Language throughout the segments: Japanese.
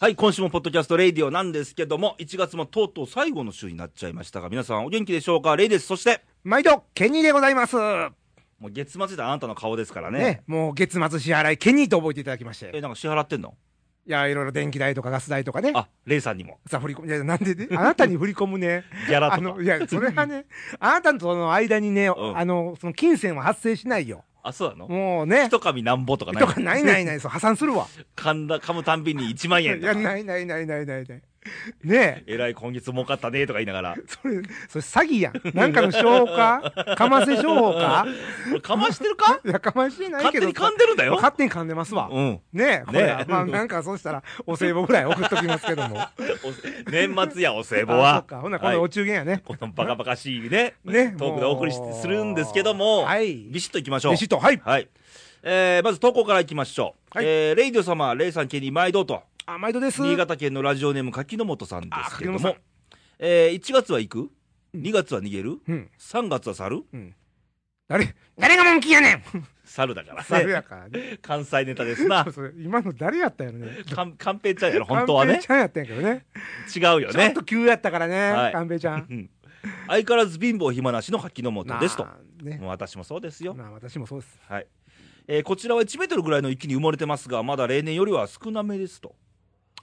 はい、今週もポッドキャストレイディオなんですけども、1月もとうとう最後の週になっちゃいましたが、皆さんお元気でしょうかレイです。そして、毎度、ケニーでございます。ねもう月末であなたの顔ですからね。もう月末支払い、ケニーと覚えていただきまして。え、なんか支払ってんのいや、いろいろ電気代とかガス代とかね。あ、レイさんにも。さあ、振り込む。いや、なんでね、あなたに振り込 むね。ギャラあとか。の、いや、それはね、あなたとの間にね、んあの、その金銭は発生しないよ。あ、そうなのもうね。一紙なんぼとかないとかないないない、そう、破産するわ。噛んだ、噛むたんびに1万い円とや、か。ないないないないないない。ねえ。えらい今月儲かったねとか言いなが ら。それ、それ詐欺やん。なんかの証拠かかませ証拠かこれかましてるかいや、かましてない勝け手どに。噛んでるんだよ。勝手に噛んでますわ。うん。ねえ、これは、ねえまあなんかそうしたら、お歳暮ぐらい送っときますけども。 お年末やお歳暮あそはっ。かほな、これはおい中元やね。このバカバカしいね、ねトークでお送りしもうするんですけども、はいビシッといきましょう。レシート、はい。はい。えーまず投稿からいきましょう。はいえーレイディオ様、レイさん家に毎度と、あ、毎度です。新潟県のラジオネーム柿の本さんであすけど柿の本もさん、えー1月は行く ?2 月は逃げるうん。 ?3 月は去るうん。誰、 誰がモンキーやねん去るだから猿ね。やからね。 関西ネタですな。それ今の誰やったんやろね。かん、カンペイちゃんやろ、本当はカねンペイ。ちゃんやったんやけどね。違うよちょっね。と急やったからはねい、カンペイちゃん。うん相変わらず貧乏暇なしの柿の本ですと。まあねもう私もそうですよ。まあ私もそうです。はい。えーこちらは1メートルぐらいの域に埋もれてますが、まだ例年よりは少なめですと。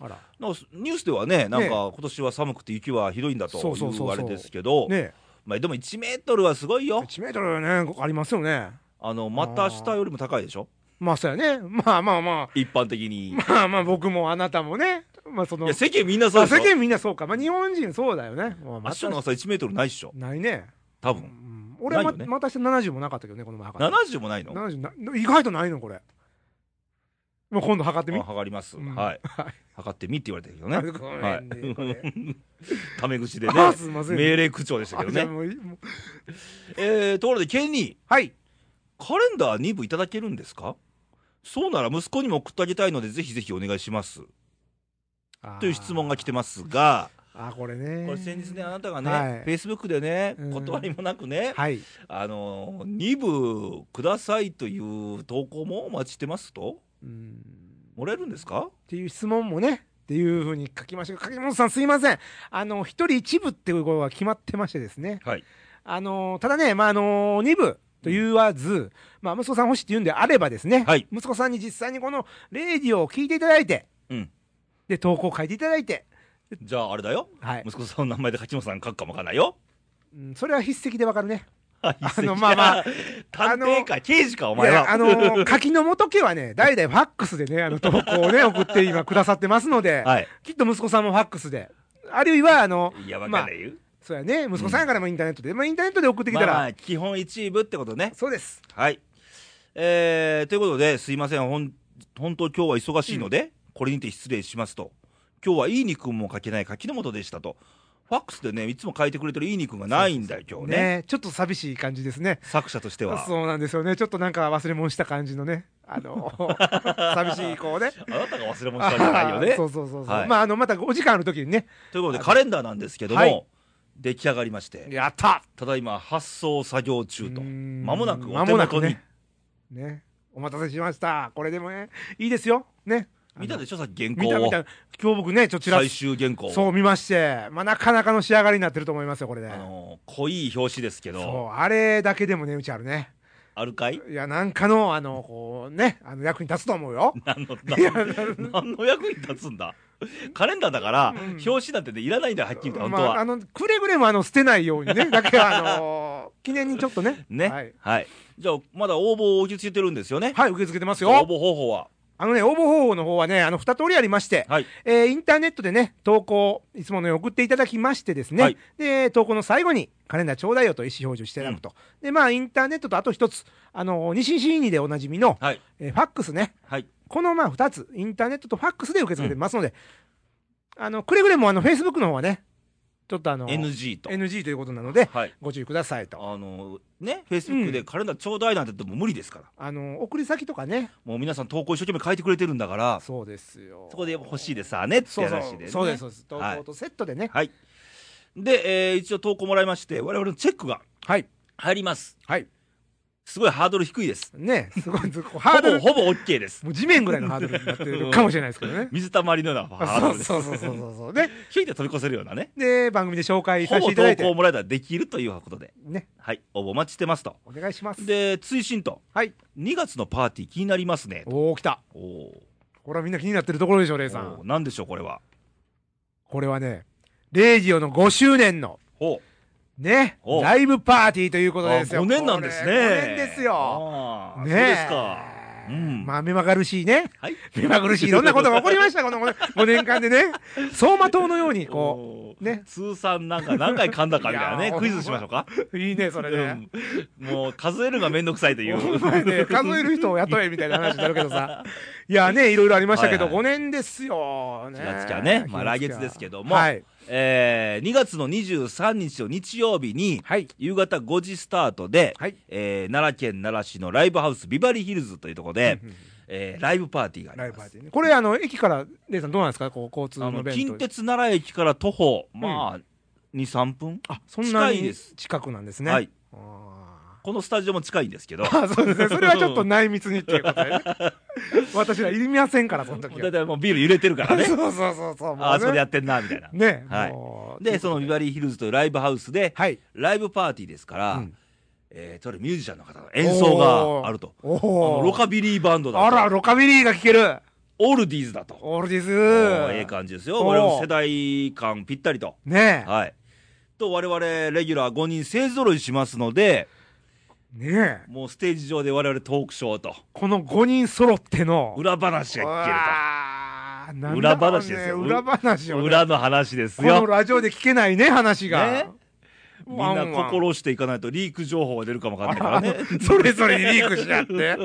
あら。なんかニュースではね、なんかねえ今年は寒くて雪はひどいんだとそうそういそううそうあれですけど、ねまあ、でも1メートルはすごいえ。よ、 1メートルね、ありますよね。あのまた下よりも高いでしょ、まあそうやね。まあまあま一般的に。あ。まあまあ僕もあなたもね。まあそいの。や、世間みんなそうあでし世ょ、間みんなそうか。まあ日本人そうだよね。まあま真たっ白のさ、1メートルないっしょ、ないね。多う分ん俺はま,、ないよねまたして70もなかったけどねこの前測って70もないのあ70な意外とないのこれもう今度測ってみ測ります、うんはい、はい測ってみって言われたけどね、 ごめんねこれタメ口でね、あーすいません命令口調でしたけあどじゃあね。もういいもうえー、ところで、ケニー、はいカレンダー2部いただけるんですかそうなら息子にも送ってあげたいので、ぜひぜひお願いしますという質問が来てますが。あーこれねこれ先日ねあなたがね、はい Facebook でねうん断りもなくね、はいあの2部くださいという投稿もお待ちしてますとうんもらえるんですかっていう質問もねっていうふうに書きました柿本さんすいませんあの一人一部っていうことが決まってましてですねはいあのただね、まあ、あの二部と言わず、まあ、息子さん欲しいって言うんであればですね、はい息子さんに実際にこのレディオを聞いていただいて、うんで、投稿を書いていただいて、じゃああれだよはい。息子さんの名前で柿本さん書くかもわかんないようんそれは筆跡でわかるね。あのまあまあ探偵か刑事かおい前や、はあの、柿の本家はね、代々ファックスでね、あの、投稿をね、 送って今くださってますので、はいきっと息子さんもファックスで。あるいは、あの、いやわまかんあな、いよ、そうやね、息子さんやからもインターネットで、まあ、インターネットで送ってきまたあら、まあ基本1部ってことねそうです。はいえー、ということですいませんほん本当今日は忙しいので、これにて失礼しますと今日はいい肉もかけない柿の本でしたとファックスでねいつも書いてくれてるいい肉がないんだよ今日ねね、ちょっと寂しい感じですね。作者としてはそうなんですよね。ちょっとなんか忘れ物した感じのね。あ の、寂しい子をね。あなたが忘れ物したんじゃないよね そうそうそうそう。はいまあ、あの、またお時間ある時にね。ということでカレンダーなんですけども、はい出来上がりましてやったただいま発送作業中とうーんまもなくお間手もな元くに、ね。ね。お待たせしました。これでもね、いいですよ。ね。見たでしょさっき原見た稿見をた。今日僕ね、ちょっとちらっ最終原稿そう見まして、まあ、なかなかの仕上がりになってると思いますよ、これあね。のー濃い表紙ですけどそう、あれだけでもね、うちあるね。あるかいいや、なんかの、あの、こうね、あの、役に立つと思うよ。何の何何の役に立つんだカレンダーだから、表紙なんてねいらないんだよはっきり言って 本当まは、あ、あの、くれぐれもあの、捨てないようにね。だけは、あのー記念にちょっとね。ねははいい。、じゃあまだ応募を受け付けてるんですよね、はい、受け付けてます応募よ。方法はあのね、応募方法の方はね、あの、二通りありまして、はいえーインターネットでね、投稿、いつものように送っていただきましてですね、はいで、投稿の最後に、カレンダーちょうだいよと意思表示していただくと。で、まあ、インターネットとあと一つ、あの、西シーニでおなじみの、はいえーファックスね。はいこのまあ二つ、インターネットとファックスで受け付けてますので、あの、くれぐれもあの、Facebook の方はね、ちょっとあの、 NG と NG ということなので、はいご注意くださいと。あのねフェイスブックでカレンダーちょうだいなんて言っても無理ですからあの、送り先とかね。もう皆さん投稿一生懸命書いてくれてるんだからそうですよ。そこで欲しいですさねってそうそう話で、ね、そうです、そうです。投はい稿とセットでね。はいで、えー一応投稿もらいまして我々のチェックがはい。入りますはい。すごいハードル低いです。ね すごいずこうハほードぼルほぼ OK です。もう地面ぐらいのハードルになってるかもしれないですけどね水たまりのようなハードルそうです。そうそうそうそうそうで ひいて飛び越せるようなね。で番組で紹介ほさせぼていただ投い稿をてもらえたらできるということで。ねはい。応募お待ちしてますと。お願いしますで、追伸と。はい2月のパーティー気になりますね。おお来たおおこれはみんな気になってるところでしょレイさー。んなんでしょう、これは。これはねレイディオの5周年のほう。ねおライブパーティーということあですよ5年なんですね。これ5年ですよあーねえそうですか。うん。まあ目まぐるしいねはい。目まぐるしいいろんなことが起こりましたこの5年間で ね走馬灯のようにここね通算なんか何回噛んだかみたいないねやークイズしましょうか、う いいねそれね、うんもう数えるのが面倒くさいという お 前ね、数える人を雇えみたいな話になるけどさ。いやね、いろいろありましたけど、はいは5年ですよ、ね。気がつきゃねまあ来月ですけどもはい。えー、2月の23日の日曜日にはい。夕方5時スタートで、はいえー奈良県奈良市のライブハウスビバリーヒルズというところで、うんうんえーライブパーティーがあライりブパまーすティーねこれ、あの、駅から、レイさんどうなんですかこう、交通あのの便近鉄奈良駅から徒歩まあ、23分あ、そんな近いでにす近くなんですね。はいあこのスタジオも近いんです けどー。あ、そうですね。それはちょっと内密にっていうことで ね。私らいりませんから、その時だいは。たいもうビール揺れてるから そうねそうそうそう。もうねああそこでやってんなみたいなね。はいもうでそのビバリーヒルズというライブハウスで、はい。ライブパーティーですから、うんえーとあるミュージシャンの方の演奏があると。おーあのおー。ロカビリーバンドだとあら、ロカビリーが聴ける。オールディーズだと。オールディズおーええー。感じですおよ。ー我々世代間ぴったりと。ねえ。はい。と、我々レギュラー5人勢ぞろいしますので、ねえ。もうステージ上で我々トークショーと、この5人揃っての。裏話が聞けるあーなんだろうね裏話ですよ裏話と。をね。裏の話ですこのよ。ラジオで聞けないね、話がね。みんな心していかないとリーク情報が出るかもわかんないからね。それぞれにリークし 合って。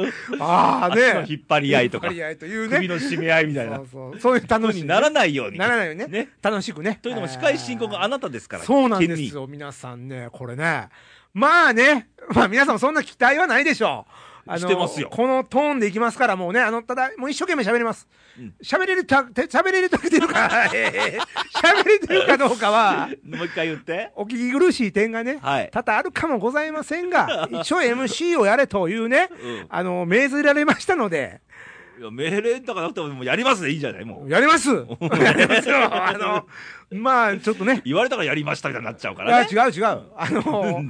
ああ足のね。引っ張り合いとか、張り合いという首ね。の締め合いみたいなそ。うそう。そういう楽しいにね。ならないように。ならないよねね。楽しくね。というのも司会進行があななたですから。そうなんで権利すよ、皆さんね。これね。まあね。まあ皆さんもそんな期待はないでしょう。あのしてますよこのトーンでいきますから、もうね、あの、ただ、もう一生懸命喋ります。喋れるた、て喋れるときてるか、 喋れてるかどうかは、もう一回言って。お聞き苦しい点がね、はい多々あるかもございませんが、一応 MC をやれというね、うんあの、命ずられましたので、いや命令とかなくても、もうやりますでいいじゃない、もう。やります やりますよあの、まあ、ちょっとね、言われたからやりましたみたいになっちゃうかいやらね。違う違う、あの、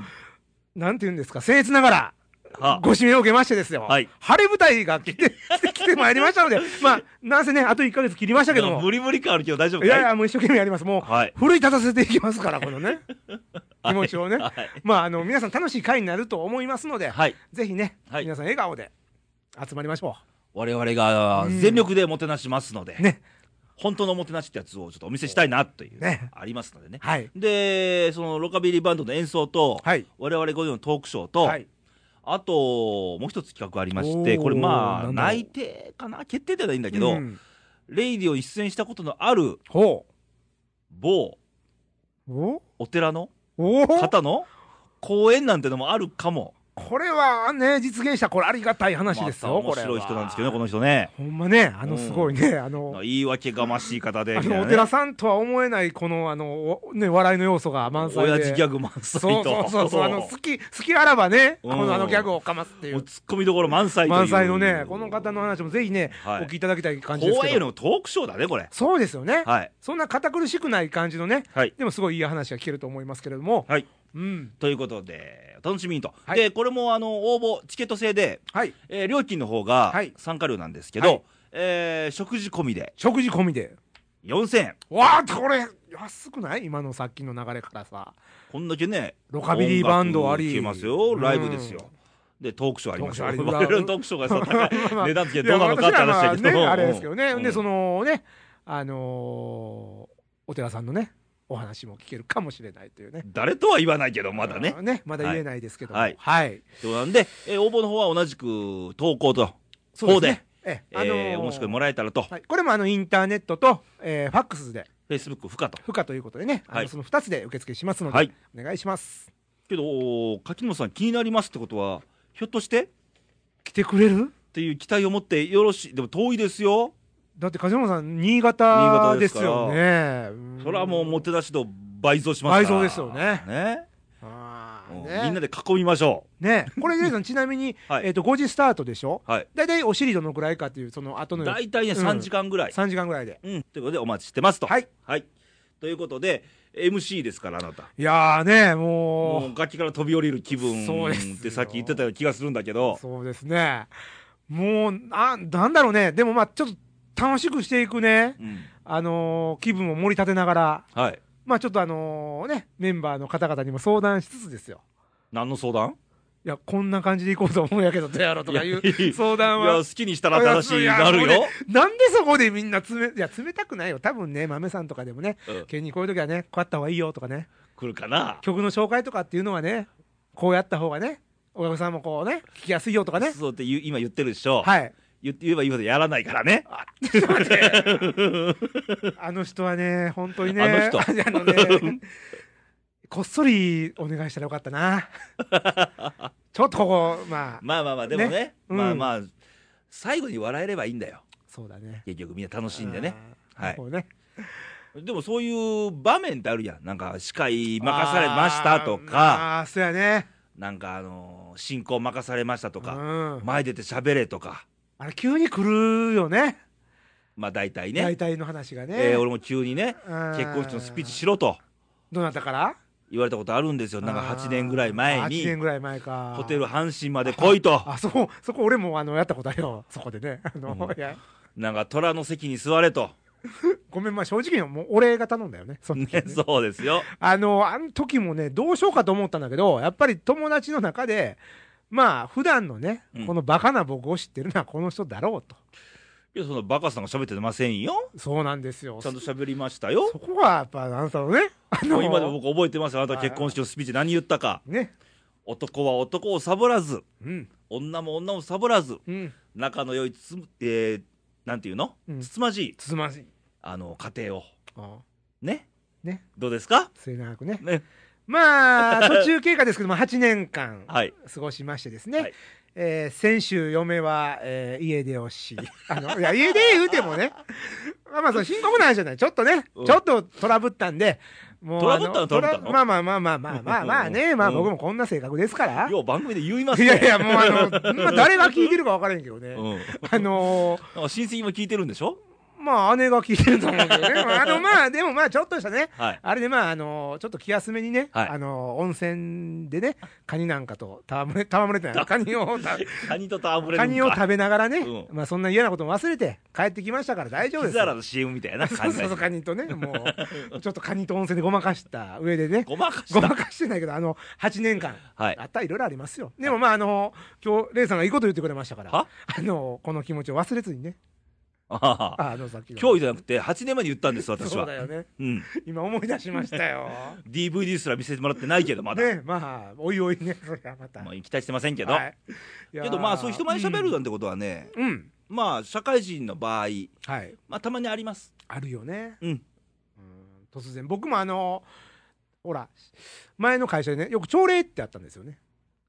なんて言うんですか、僭越ながら、はご指名を受けましてですよ、はい晴れ舞台が来て、 来てまいりました ので、まあ、なんせね、あと1ヶ月切りましたけどでもも、無理無理感あるけど大丈夫かいいやいや、もう一生懸命やります。もう、はい奮い立たせていきますから、このね、気持ちをね。はいまあ、あの、皆さん楽しい会になると思いますので、はい。ぜひね、はい皆さん笑顔で集まりましょ我々がうん全力でもてなしますので、う。ね。本当のおもてなしってやつをちょっとお見せしたいなという、ねありますのでね。はい。で、そのロカビリーバンドの演奏と、はい我々ご用のトークショーと、はい。あと、もう一つ企画ありましおて、ーこれまあ、なんだろう内定かな決定ではないんだけど、うんレイディを出演したことのあるほ某う。おお寺のお方の講演なんてのもあるかも。これはね、実現した、これありがたい話ですまよ、こたれは。面白い人なんですけどね、この人ね。ほんまね、あうの、んすごいね、あの、言い訳がましい方で、あみたいの、なおね寺さんとは思えない、この、あの、おね、笑いの要素が満載で。親父ギャグ満載そうと。そうそうそう、あの、好き、好きあらばね、こうんのあのギャグをかますっていもうう。ツッコミどころ満載という満載のね、この方の話もぜひね、はいお聞きいただきたい感じです怖けいよりど。もトークショーだね、こ れ。そうですよね。はい。そんな堅苦しくない感じのね、はい。でもすごいいい話が聞けると思いますけれども、はい。うん。ということで、お楽しみにと。はいで、これも、あの、応募、チケット制で、はい。えー料金の方がはい参加料なんですけど、はいえー食事込みで食事込みで。 4000円。わーっとこれ、安くない今のさっきの流れからさ。こんだけね、ロカビリーバンドあり音楽聴けますよ、ライブですうんよ。で、トークショーありますよ。ト我ークショーあり々のトークショーが そんな高い値段つけていどやうなのかって話だけ私らはね、ど。あれですけどね。うんで、そのね、あのーお寺さんのね、お話も聞けるかもしれないというね。誰とは言わないけど、まだねあ。ーね、まだ言えないですけども。はいはい。そうなんで、えー応募の方は同じく投稿と、そう方でですね、。ええ、えー、お申し込みもらえたらと、はい、これもあのインターネットと、えーファックスで Facebook 不可と。不可ということでね、あはのいその2つで受付しますので、はいお願いしますけど、柿本さん気になりますってことは、ひょっとしてっ来てくれるていう期待を持ってよろしい。でも遠いですよ。だって梶本さん新新潟潟でですすからよねうんそれはもう、もてなし度倍増しますから。倍増ですよねね。あうんねみんなで囲みましょねこれ、ゆうさん、ちなみに、 はいえっと、5時スタートでしょう。はい。大体お尻どのくらいかっていう、その後の大体ね、うん3時間ぐらい。 3時間ぐらいで。うん。ということで、お待ちしてますと。はい。ということで、MC ですから、あなた。いやーね、ももう楽器から飛び降りる気分そうですよってさっき言ってたような気がするんだけう、ど、そうですね。もう、あ、なんだろうね。でもまあ、ちょっと楽しくしていくね、うんあのー気分を盛り立てながら、はい。まあちょっとあのーね、メンバーの方々にも相談しつつですよ。何の相談いや、こんな感じでいこうと思うんやけど、どうやろとかいう相談いや、は好。きにしたら正しいなるいやよ。なんでそこでみんな冷、いや、冷たくないよ。多分ね、豆さんとかでもね、うん県にこういう時はね、こうやった方がいいよとかね、来るかな。曲の紹介とかっていうのはね、こうやった方がね、親御さんもこうね、聞きやすいよとかね。そうって言う今言ってるでしょ。はい。言って言えば言うほどやらないからね。あの人はね、本当にね、あの人 あのね、こっそりお願いしたらよかった な。ちょっとここ、まあ、まあまあまあ、でもね、ねうんまあまあ、最後に笑えればいいんだよ。そうだね。結局みんな楽しんでね。あー。はいこうねでもそういう場面ってあるやん。なんか司会任されましたとか、あーあー、そうやね。なんかあのー進行任されましたとか、うん前出て喋れとか、あれ、急に来るよね。まあ大体ね。大体の話がね。えー俺も急にね、うん結婚式のスピーチしろとどなたから言われたことあるんですよ。なんか8年ぐらい前8年に、ぐらい前か。ホテル阪神まで来いと、あ、そう、そこ俺もあの、やったことあるよ。そこでね。あの、うんいや、なんか虎の席に座れと。ごめん、まあ正直にもう俺が頼んだよね。その時はねね、そうですよ。 あの、あの時もね、どうしようかと思ったんだけど、やっぱり友達の中で、まあ、普段のね、うんこのバカな僕を知ってるのはこの人だろうと。いや、そのバカさんが喋ってませんよ。そうなんですよ。ちゃそんと喋りましたよ。こが、やっぱ、あなたのね、あもの、う今でも僕覚えてますよ。あなた結婚式のスピーチ何言ったか。ね、男は男をサボらず、うん、女も女をサボらず、うん、仲の良いつむ、えー、なんていうの、うんつつまじい、つつましい。あの、家庭を。あね。ね。どうですか末永くね。ね。まあ、途中経過ですけども、8年間、はい。過ごしましてですね、はいえー先週嫁は、えー家出を しあのいや家出言うてもねまあまあその深刻な話じゃないちょっとね、うんちょっとトラブったんでもトラブったのあトラブったのまあまあまあまあまあまあまあね、うんまあ僕もこんな性格ですから、よう番組で言いますいね。やいやもうあの、まあ、誰が聞いてるか分からへんけどね、うん。あのーなんか親戚も聞いてるんでしょまあ姉が聞いてると思うけど ね、まあ、あのまあでもまあちょっとしたねはい。あれでまあ、あのちょっと気休めにね、はいあの温泉でね、カニなんかと戯れ、戯れてない、カニを、たカニと戯れるんかカニを食べながらね、うまあそんな嫌なことも忘れて帰ってきましたから大丈夫でピすザラよ。の CM みたいなそ感うじそうそうカニとね、 もう、ちょっとカニと温泉でごまかした上でね、ごまかしごたま。かしてないけど、あの、8年間、はいあ。ったらいろいろありますよ。でもまあ、あの、今日、レイさんがいいこと言ってくれましたから、はあの、この気持ちを忘れずにね、あははあの、さっきの今日じゃなくて、8年前に言った んです、私そうは。だよね。うん。今思い出しましたよ。 DVD すら見せてもらってないけど、まだ。ね、まあ、おいおいね、それはまた。まあ、期待してませんけど。はいいやーけど、まあ、そういう人前に喋るなんてことはね、うん、うんまあ、社会人の場合、はい。まあ、たまにあります。あるよね。うん。うん突然僕もあのほら前の会社でねよく朝礼ってあったんですよね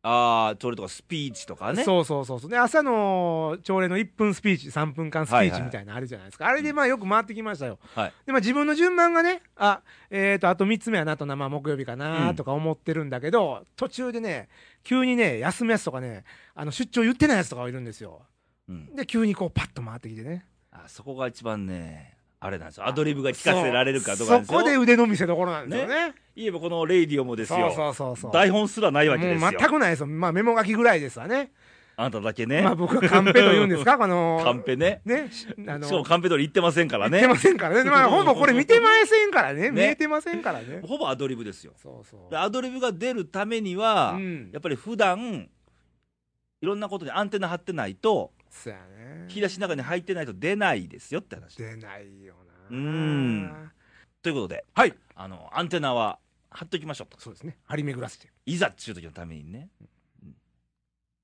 ああ、それとかスピーチとかね。そうそうそうそうで朝の朝礼の1分スピーチ3分間スピはいーはチいみたいなのあるじゃないですか、あれでまあよく回ってきましたよ、はいでまあ自分の順番がねあえー、とあと3つ目はなとな、まあ、木曜日かなとか思ってるんだけど、途中でね急にね休むやつとかねあの出張言ってないやつとかがいるんですようん。で急にこうパッと回ってきてねあそこが一番ね、あれなんですよ。アドリブが聞かせられるかとかそなんうですそよ。こで腕の見せ所なんですよね言えばこのレイディオもですそうよ。そうそうそう台本すらないわけですもうよ。全くないですよ。まあメモ書きぐらいですわね。あなただけね。まあ僕はカンペと言うんで すか、この。カンペね。ね。しあしかもカンペ通り言ってませんから見てね。ませんからね。まあほぼこれ見てませんからね。ね見えてませんからね。ほぼアドリブですよ。そうそう。でアドリブが出るためには、うんやっぱり普段いろんなことにアンテナ張ってないと、そうやね引。き出しの中に入ってないと出ないですよって話。出ないよな。うん。ということで、はい。あの、アンテナは張っときましょうと。そうですね。張り巡らせて。いざっちゅう時のためにね。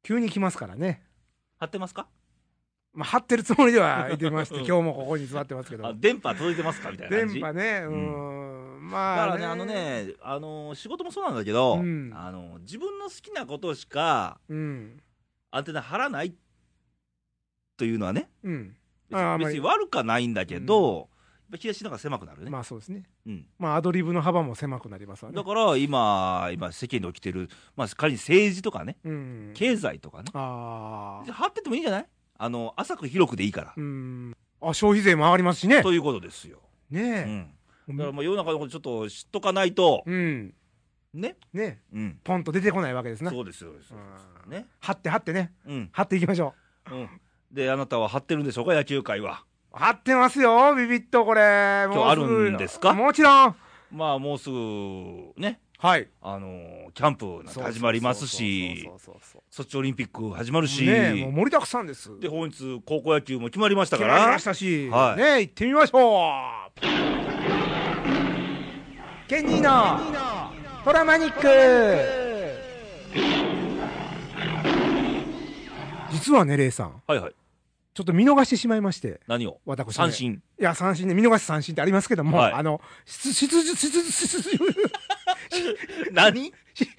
急に来ますからね。張ってますかまあ張ってるつもりではいてまして、うん今日もここに座ってますけあど。電波届いてますかみたいな感電じ。波ね。うん。だまかあ。らね、あの。ね、あの仕事もそうなんだけど、うんあの自分の好きなことしかうん。アンテナ張らないというのはね、うん。別ああにまあ別に悪かないんだけど、ぱ東なんか狭くなるね、まあそうですねうん、まあアドリブの幅も狭くなりますわねだから今今世間で起きてる、まあ、仮に政治とかねうん経済とかねああ張ってってもいいんじゃないあの浅く広くでいいから、うんあ消費税も上がりますしねということですよ、うねん、えだからまあ世の中のことちょっと知っとかないとうんねねうんポンと出てこないわけですなそうですよそうですようんね張って張ってねうん張っていきましょうんであなたは張ってるんでしょうか野球界はう張ってますよビビッとこれもう今日あるんですかもちろんまあもうすぐねはいあのーキャンプなんて始まりますしそうそうそうそうソチオリンピック始まるし、ねえもう盛りだくさんですで本日高校野球も決まりました決かまりらましたし、はいね行ってみましょうケニーのトラマニック実はねレイさんはいはいちょっと見逃してしまいまして何を私、ね、三振いや三振ね見逃し三振ってありますけども、はいあの出出出出出出何しし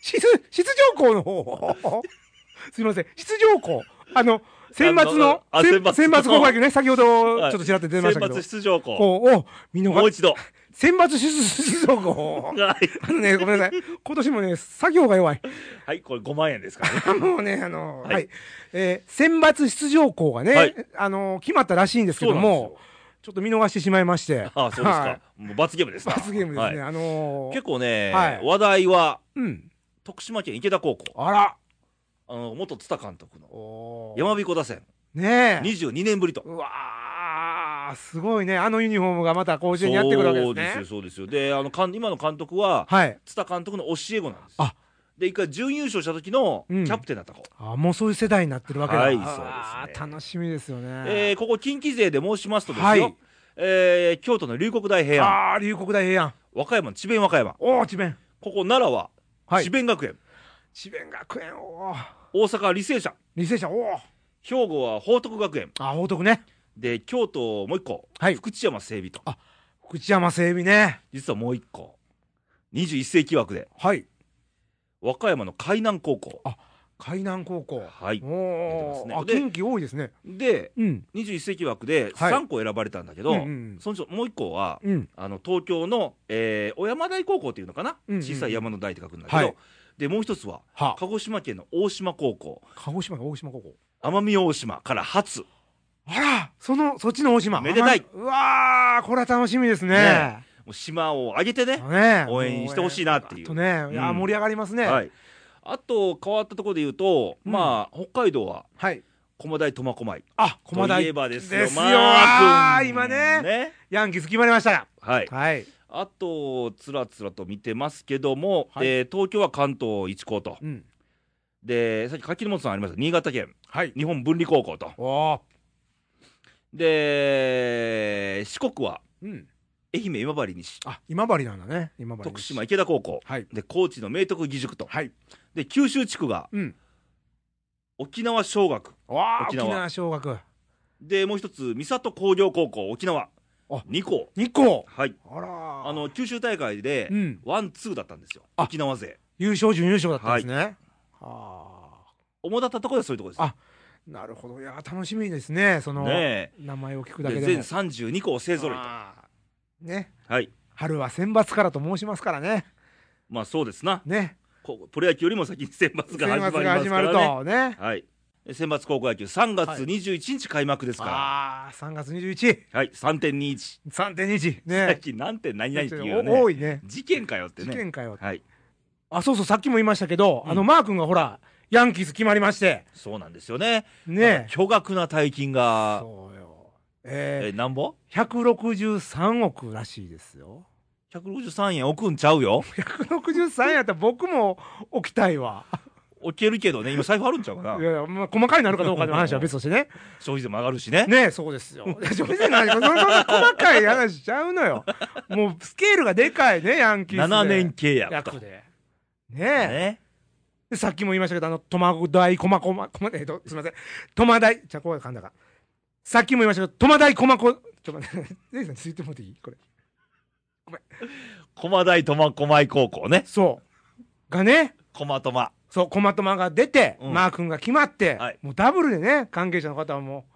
し出出場校の方 すいません出場校あの選抜のあせ選ん抜の選抜高校野球ね先ほどちょっとちらっと出ましたけ選ど、抜出場校こうを見もう逃し一度選抜出出 場校はいあのねごめんなさい今年もね作業が 弱いはいこれ5万円です からねもうねあのは、はいいえー選抜出場校がね、はいあの決まったらしいんですけそうどなんですもよちょっと見逃してしまいまして ああそうですはかもう罰ゲームですい、な罰ゲームですね、はいあのー結構ねはい話題はうん徳島県池田高校あらあの元津田監督のおー山彦打線ねえ22年ぶりとうわーすごいねあのユニフォームがまた甲子園にやってくるわけですねそうですよそうですよであのかん今の監督ははい津田監督の教え子なんですあで一回準優勝した時のキうんャプテンだった子、あもうそういう世代になってるわけだ、はいそうですねあー楽しみですよね、えーここ近畿勢で申しますとですよ、はいえー京都の龍谷大平安ああ龍谷大平安和歌山の智弁和歌山おお智弁ここ奈良ははい智弁学園、智弁学園おお大阪は履正社履正社おお兵庫は報徳学園あ報徳ねで京都もう一個、はい福知山整備とあ福知山整備ね実はもう一個21世紀枠ではい和歌山の海南高校海南高校はい出てまおお、すねあで近畿多いですねでうん21世紀枠ではい3校選ばれたんだけど、うんうんそのうちもう1校はうんあの東京の、えー、小山台高校っていうのかな、うんうん小さい山の台って書くんだけど、はいでもう一つはは鹿児島県の大島高校鹿児島の大島高校奄美大島から初あらそのそっちの大島めでたいあまりうわーこれは楽しみですねねもう島を挙げてね、ね応援してほしいなっていうとねいやーうん盛り上がりますねはいい、あと変わったところで言うと、うんまあ北海道ははい駒大苫小牧あ駒といえ大ばですよですよマー君あー今ねねヤンキース決まりましたはいはいあとつらつらと見てますけども、はいえー東京は関東一高とうんでさっき柿本さんありました新潟県はい日本分離高校とおおで四国はうん愛媛今治西あ今治なんだね今治徳島池田高校はいで高知の明徳義塾と、はいで九州地区がうん沖縄尚学わあ沖沖縄縄小学でもう一つ三郷工業高校沖縄あ2校日光はいあらあの九州大会でうんワンツーだったんですよあ沖縄勢優勝準優勝だったんですね、あ主だったところはそういうところですああなるほどいや楽しみですねそのね名前を聞くえだけでで全も32校勢ぞろいあーねとはい春は選抜からと申しますからねまあそうですなねこうプロ野球よりも先に選抜選が始ま抜りがます始かまらるねとねはい選抜高校野球3月21日開幕ですから、ああ3月21はい、3.21。 3.21最ね近なんて 何々っていうよお多ね。いね事件かよって事ね。件かよはい。あそうそうさっきも言いましたけど、うんあのマー君がほらヤンキース決まりましてそうなんですよね。なんかね巨額な大金が、そうよええー、なんぼー、163億らしいですよ ?163 円置くんちゃうよ。 163やったら僕も置きたいわ。置けるけどね、今財布あるんちゃうかないやいや、まあ、細かいなるかどうかの話は別としてね消費税も上がるしね。ねえそうですよ別に何そんな細かい話しちゃうのよもうスケールがでかいねヤンキースで7年契約と。約ね。でねえでさっきも言いましたけど、あの、苫大駒駒、駒、えっと、すみません。苫大、じゃあ、こう噛んだか。さっきも言いましたけど、苫大駒子、ちょっと待って、 レイさん、ついてもらっていいこれ。駒大苫小牧高校ね。そう。がね、駒苫。そう、駒マが出て、うんマー君が決まって、はいもうダブルでね、関係者の方はも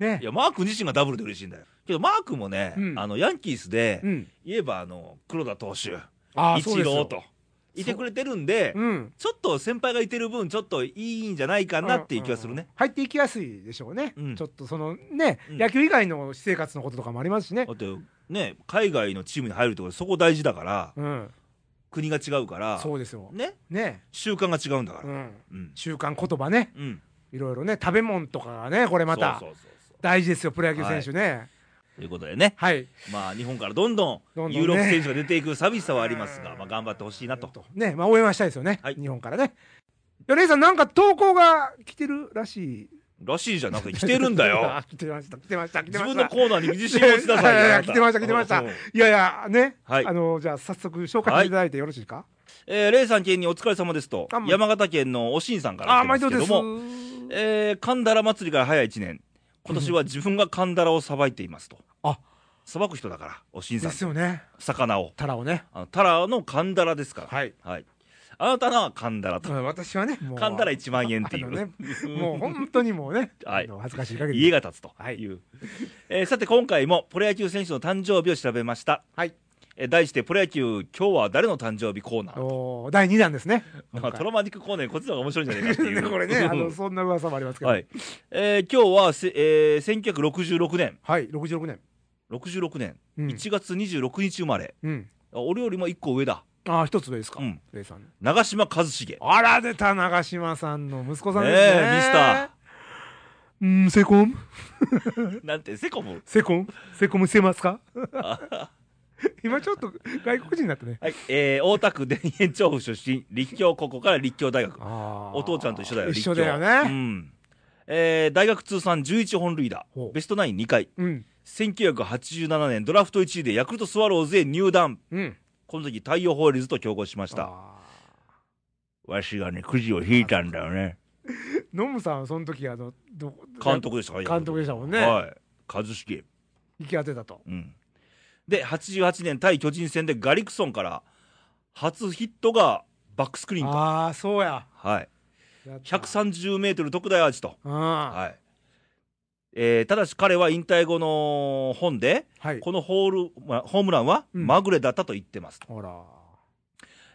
う、ねいや、マー君自身がダブルで嬉しいんだよ。けど、マー君もね、うんあの、ヤンキースでう、ん言えば、あの、黒田投手、あイチローと、いてくれてるんで、うんちょっと先輩がいてる分、ちょっといいんじゃないかなっていう気がするね。入っていきやすいでしょうね、うんちょっとそのね、うん野球以外の私生活のこととかもありますしねだ、って、ね、海外のチームに入るってことそこ大事だから、うん、国が違うから、そうですよ、ね、ね、習慣が違うんだかうら。ん、うん。習慣言葉ね、うん。いろいろね、食べ物とかがね、これまたそうそうそうそう大事ですよ、プロ野球選手ね。ということでね、はい、まあ、日本からどんどどんどんんね有力選手が出ていく寂しさはありますが、まあ、頑張ってほしいなと。ね、まあ、応援はしたいですよね、はい日本からね。米井さん、なんか投稿が来てるらしい。らしいじゃん、なんか来てるんだよあ。来てました、来てま した、来て自ま分した。のコーナーに自信を持ちなさいよ いやいやあな来てました来てましたうんうんいやいや、ね、はいあの、じゃあ、早速紹介していただいてよろしいですか。えー、レイさん県にお疲れ様ですとあ、ま山形県のおしんさんかあら来てまあ、毎す度けでどす。も、えー、カンダラ祭りから早1年、今年は自分がカンダラをさばいていますと。あさばく人だから、おしんさでん。すよね。魚を。タラをね。あのタラのカンダラですから。はい。はい。あなたのはカンダラと。私はね、もう。カンダラ1万円っていあう。のね、もう本当にもうね、 はいあの恥ずかしい限り。家が建つという、 えーさて今回もプロ野球選手の誕生日を調べました、はいえー題して「プロ野球今日は誰の誕生日コーナー」おー第2弾ですね。まあ、トロマディックコーナーこっちの方が面白いんじゃないかっていねう これね、あの、そんな噂もありますけ ど。ははい。いえー今日はせ、えー1966年66年。 66年うん1月26日生まれ、うん。あ俺よりも1個上だ、ああ、一つ上ですかう。ん、上さん。長嶋一茂あら、出た、長嶋さんの息子さんねですね。えミスター。うん、セコム、ーなんてセコムセコム、セコムしてますか 今ちょっと外国人になったね。はい、えー大田区田園調布出身立教高校から立教大学おお父ちゃんと一緒だよ一立緒教だようね。んえー大学通算11本塁打ほうベストナイン2回うん。 1987年ドラフト1位でヤクルトスワローズへ入団うん。この時太陽ホールズと競合しましたあわしがねくじを引いたんだよねーノムさんはその時、あの、ど監督でしたから監督でしたもんね。はい一茂行き当てたと。うんで88年対巨人戦でガリクソンから初ヒットがバックスクリーンかああ、そうや。はいやった130メートル特大アーチとあはいえーただし彼は引退後の本であ。はい。このホール、まホームランはうんまぐれだったと言ってます、ほら。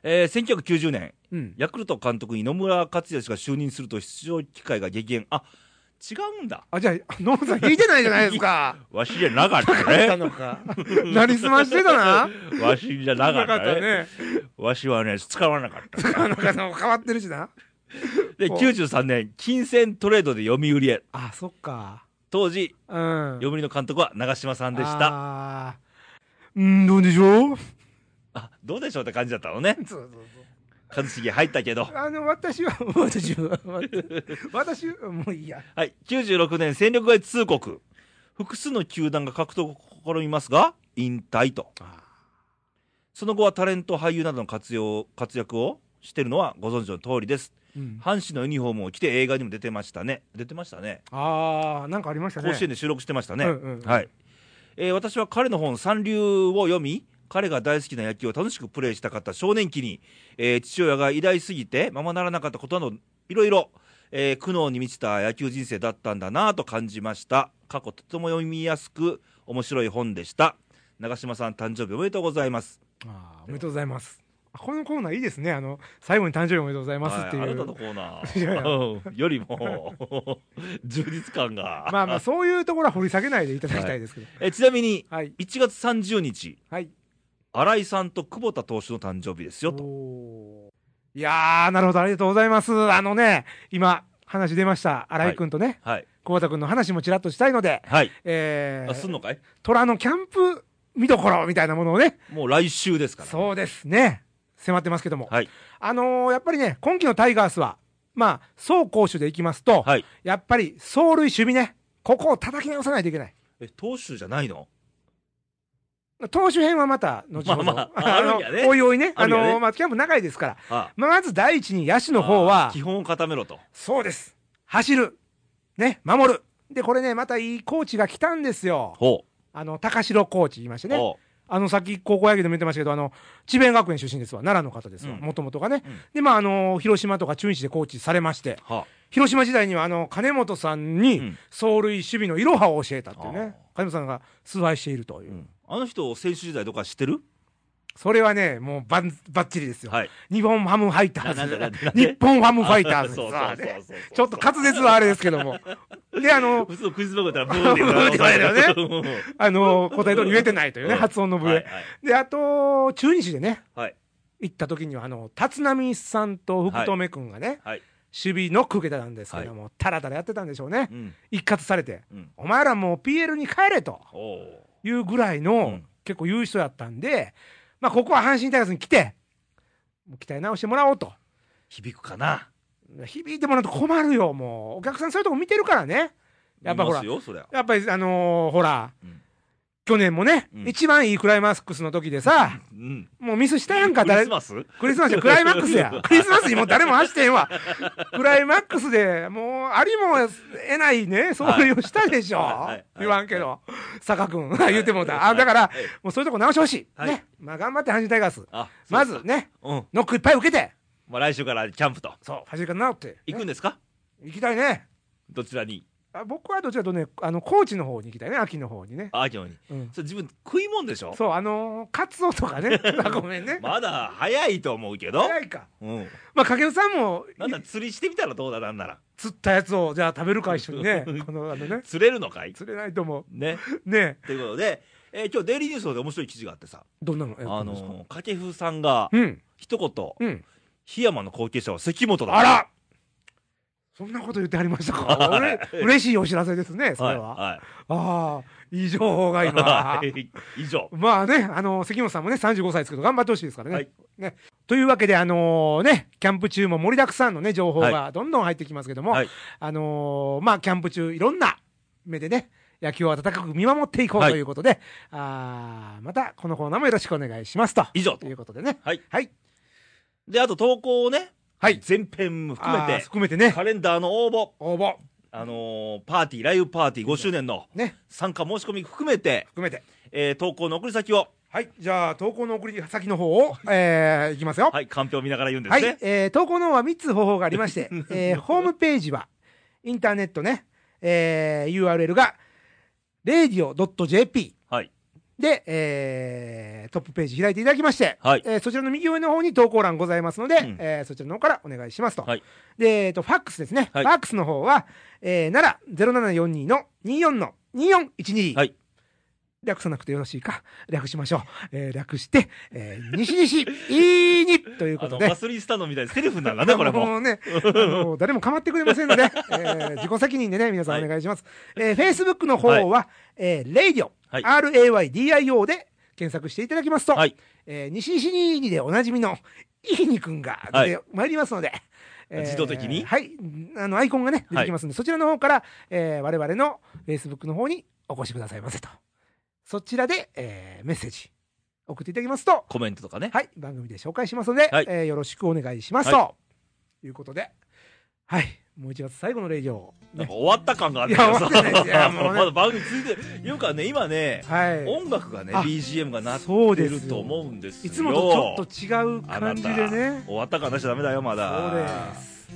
えー1990年うん。ヤクルト監督に野村克也氏が就任すると出場機会が激減あ違うんだあ、じゃあ、ノムさん引いてないじゃないですか。 わしじゃなかったあったね のか。なりすましてたな。わしじゃなかったねね。わしはね使わなか ったなんかその変わってるしな。で93年金銭トレードで読売へあ、そっか。当時うん。読売の監督は長嶋さんでしたあた。うん、どうでしょう。どうでしょうって感じだったのねそうそう一茂入ったけどそう。あの、私は、私は、私は、もういいや。はい96年戦力外通告複数の球団が獲得を試みますが引退とその後はタレント俳優などの活用活躍をしてるのはご存知の通りですうん阪神のユニフォームを着て映画にも出てましたね出てましたねあー、なんかありましたね。甲子園で収録してましたね、うんうんうんはい、えー私は彼の本「三流」を読み彼が大好きな野球を楽しくプレーしたかった少年期に、えー父親が偉大すぎてままならなかったことなどいろいろ、えー苦悩に満ちた野球人生だったんだなぁと感じました過去とても読みやすく面白い本でした長嶋さん誕生日おめでとうございますあーおめでとうございます。あこのコーナーいいですね。あの、最後に誕生日おめでとうございますっていはいあなたうの。コーナ いやいやーうんよりも 充実感が、まあまあ、そういうところは掘り下げないでいただきたいですけど。えーちなみにはい。 1月30日はい。新井さんと久保田投手の誕生日ですよとおーいやー、なるほど、ありがとうございます。あのね、今、話出ました、新井君とね、はい久保田君の話もちらっとしたいので、はいえあすんー、のかい虎のキャンプ見どころみたいなものをね、もう来週ですからそうですね、迫ってますけども、はいあのーやっぱりね、今季のタイガースは、まあ、総攻守でいきますと、はいやっぱり走塁、守備ね、ここを叩き直さないといけない。え投手じゃないの投手編はまた後ほど、まあまああるんやねのおいおいね、ああるんやねのーまあ、キャンプ長いですから、あまあまず第一に野手の方はあー、基本を固めろとそうです。走る。ね、守る。で、これね、またいいコーチが来たんですよ。ほあの、高城コーチ言いましてうね。ほあの、さっき高校野球でも言ってましたけど、あの、智弁学園出身ですわ。奈良の方ですわ。うんもともとがねうん。で、まあ、あの、広島とか中日でコーチされまして。うは広島時代にはあの金本さんうにん走塁守備のいろはを教えたっていうね、あー金本さんが崇拝しているという、うんあの人、選手時代とか知ってるそれはねもうばんばっちりですよ、はい。日本ハムファイタななんだなーんだズなんで日本ハムファイターズそうそうさあそうねそうそうちょっと滑舌はあれですけどもであの普通のクイズ番組だったらブブーーっってて言われるよ ねよね。あの答え通り言えてないというねうん発音のうん笛、はいはいであと中日でねはい。行った時にはあの立浪さんと福留君がね、はい。守備ノック受けてたんですけども、タラタラやってたんでしょうね、うん。一括されて、うんお前らもう PL に帰れとおお。いうぐらいの、うん結構言う人やったんで、まあ、ここは阪神タイガースに来て、もう鍛え直してもらおうと、響くかな。響いてもらうと困るよ、もう、お客さん、そういうとこ見てるからね、やっぱほら見ますよ、そりゃ。やっぱり、あのーほら、うん去年もね、うん一番いいクライマックスの時でさ、うん。もうミスしたやんか、クリ誰スマスクリスマスやクライマックスや クリスマスにもう誰も走ってへんわクライマックスでもうありも得ないね走塁をしたでしょ、はいはいはい言わんけど坂君 言ってもうた、あだから、はいもうそういうとこ直してほしい、はいねまあ頑張って阪神タイガースあ、そまずうか。ねうん。ノックいっぱい受けてまあ来週からキャンプと。そう走り方直って行くんですか行きたいねどちらにあ僕はどちらかというとねあの高知の方に行きたいね秋の方にね、あ、秋の方に。うんそれ自分食いもんでしょそうあのー、カツオとかねあごめんね まだ早いと思うけど。早いかうん。まあ掛布さんもなんだ、釣りしてみたらどうだなんなら。釣ったやつをじゃあ食べるか一緒 にねこのあのね釣れるのかい釣れないと思うね。ねえということで、えー今日デイリーニュースで面白い記事があってさ、どんなのやあったんですかのー、掛布さんがうん一言、うん檜山の後継者は関本だあらそんなこと言ってあり ましたか俺嬉しいお知らせですねそはれい、は、はああいい情報がい。 今以上。まあねあの関本さんもね35歳ですけど頑張ってほしいですからね,、はいねというわけであのねキャンプ中も盛りだくさんのね情報がどんどん入ってきますけども、はいあのーまあキャンプ中いろんな目でね野球を温かく見守っていこうはいということで、あーまたこのコーナーもよろしくお願いしますと以上と。いうことでねはい。はいで、あと投稿をね、はい全編含あーめて、含めてねカレンダーの応募、応募あのーパーティー、ライブパーティー5周年のね参加申し込み含めて、含めてえー投稿の送り先を、はいじゃあ投稿の送り先の方を、えー、いきますよはい、カンペを見ながら言うんではすい、ね。えー投稿の方は3つ方法がありま して、えーホームページは、インターネットね、えー URL が、radio.jp はい。で、えートップページ開いていただきまして、はいえーそちらの右上の方に投稿欄ございますので、んえーそちらの方からお願いしますと。はいで、えーと、ファックスですね。はいファックスの方は、えー、なら0742の24の2412。はい略さなくてよろしいか略しましょう。えー略して、えー、西西、いいにというこあとの、で。ガスリースタンドみたいにセルフなんだ ね、これもう。うね、あ の誰も構ってくれませんので、えー自己責任でね、皆さんお願いします。えー、Facebook の方は、えー、radio、はい RAYDIO で検索していただきますと、はい。えー、西西ににでおなじみの、いいにくんが出てまいりますので、えー自動的にはい。あの、アイコンがね、出てきますので、そちらの方から、えー、我々の Facebook の方にお越しくださいませと。そちらで、えー、メッセージ送っていただきますと、コメントとかね。はい、番組で紹介しますので、はいえーよろしくお願いします、はということで、はい、もう一月最後のレイジオ、なんねか、終わった感があるいや終わってないですい やもうねまだ番組ついてる。いうかね、今ね、はい、音楽がね、あ BGM が鳴っそうてでするよと思うんですよ。いつもとちょっと違う感じであなねた、終わった感出しちゃダメだよ、まそうだ。です、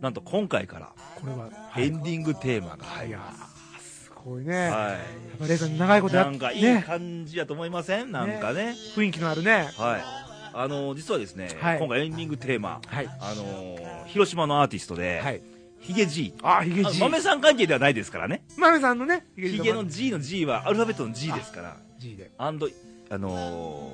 なんと今回から、これは、はエンディングテーマがい、入いる。やーすごいね、やはっぱレイさん長いこい。とやなっんてかいいね、感じやと思いませんなんかね。雰囲気のあるね、はい。あの、実はですね、はい今回エンディングテーマ、はい、あのー、広島のアーティストで、はい、ヒゲ G。あ、ヒゲあのじい、豆さん関係ではないですからね。まめさんのね、ヒヒゲの G の G はアルファベットの G ですから。じで、アンド、あの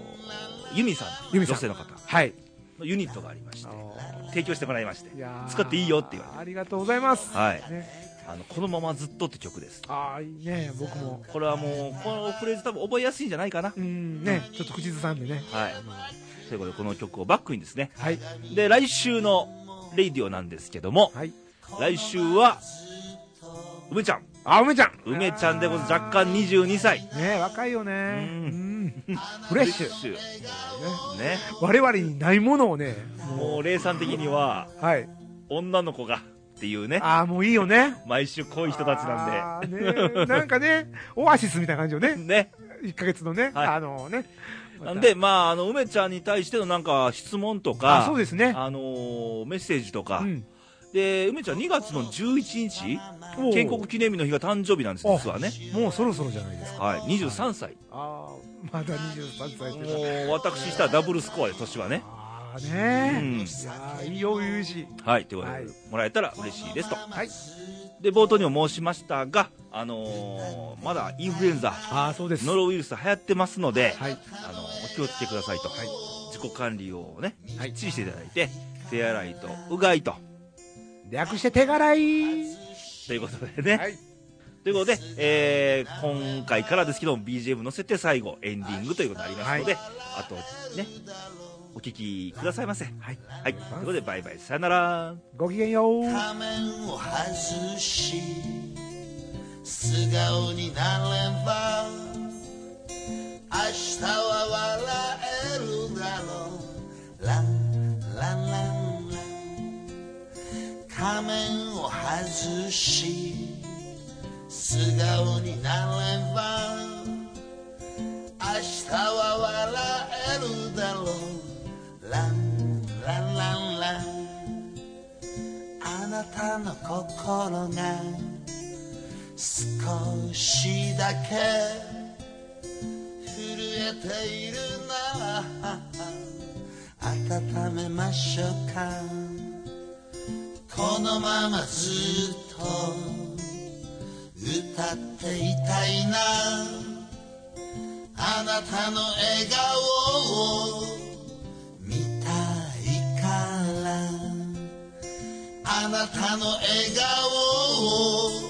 ー、ユミさんっていユミうさん女性の方はい、のユニットがありましてあ、の提供してもらいましてー、やー使っていいよって言われてありがとうございます、はい。ね、あの、このままずっとって曲です。あーいいね、僕も。これはもう、このフレーズ多分覚えやすいんじゃないかな。うんね、ちょっと口ずさんでね。はいあ。のということで、この曲をバックにですね。はい。で、来週のレイディオなんですけども、はい。来週は、梅ちゃん。あ、梅ちゃん。梅ちゃんでございます。若干22歳。ねえ、若いよね。うん。フレッシュ。ね。ュ。ね。 我々にないものをね、ももう、レイさん的には、う、はい。女の子がっていうね、ああ、もういいよね。毎週濃い人たちなんんで。ねえなんかね、オアシスみたいな感じよで。ね。ね。 1ヶ月のね、はいあのね。なんで、まあ、あの、梅ちゃんに対してのなんか質問とまた、か、あそうですね。あのーメッセージとか、うん。で梅ちゃん2月の11日おう建国記念日の日が誕生日なんですあ実はねもうそろそろじゃないですかはい23歳ああまだ23歳ってもう私したらダブルスコアで年はねああうんねえいやーいいよ初々しいはいということで、はいもらえたら嬉しいですとはいで冒頭にも申しましたがあのーまだインフルエンザああそうですノロウイルス流行ってますので、はいあのお気をつけくださいと、自己管理をねきはいっちりしていただいて、手洗いとうがいと略して手柄いということでね、はいということで、えー今回からですけども BGM 乗せて最後エンディングということになりますので、あとねお聞きくださいませはいはいということでバイバイさよならごきげんよう仮面を外し素顔になれば明日は笑えるだろうランランランラン仮面を外し素顔になれば明日は笑えるだろうランランランランあなたの心が少しだけ震えているなら温めましょうかこのままずっと歌っていたいなあなたの笑顔を見たいからあなたの笑顔を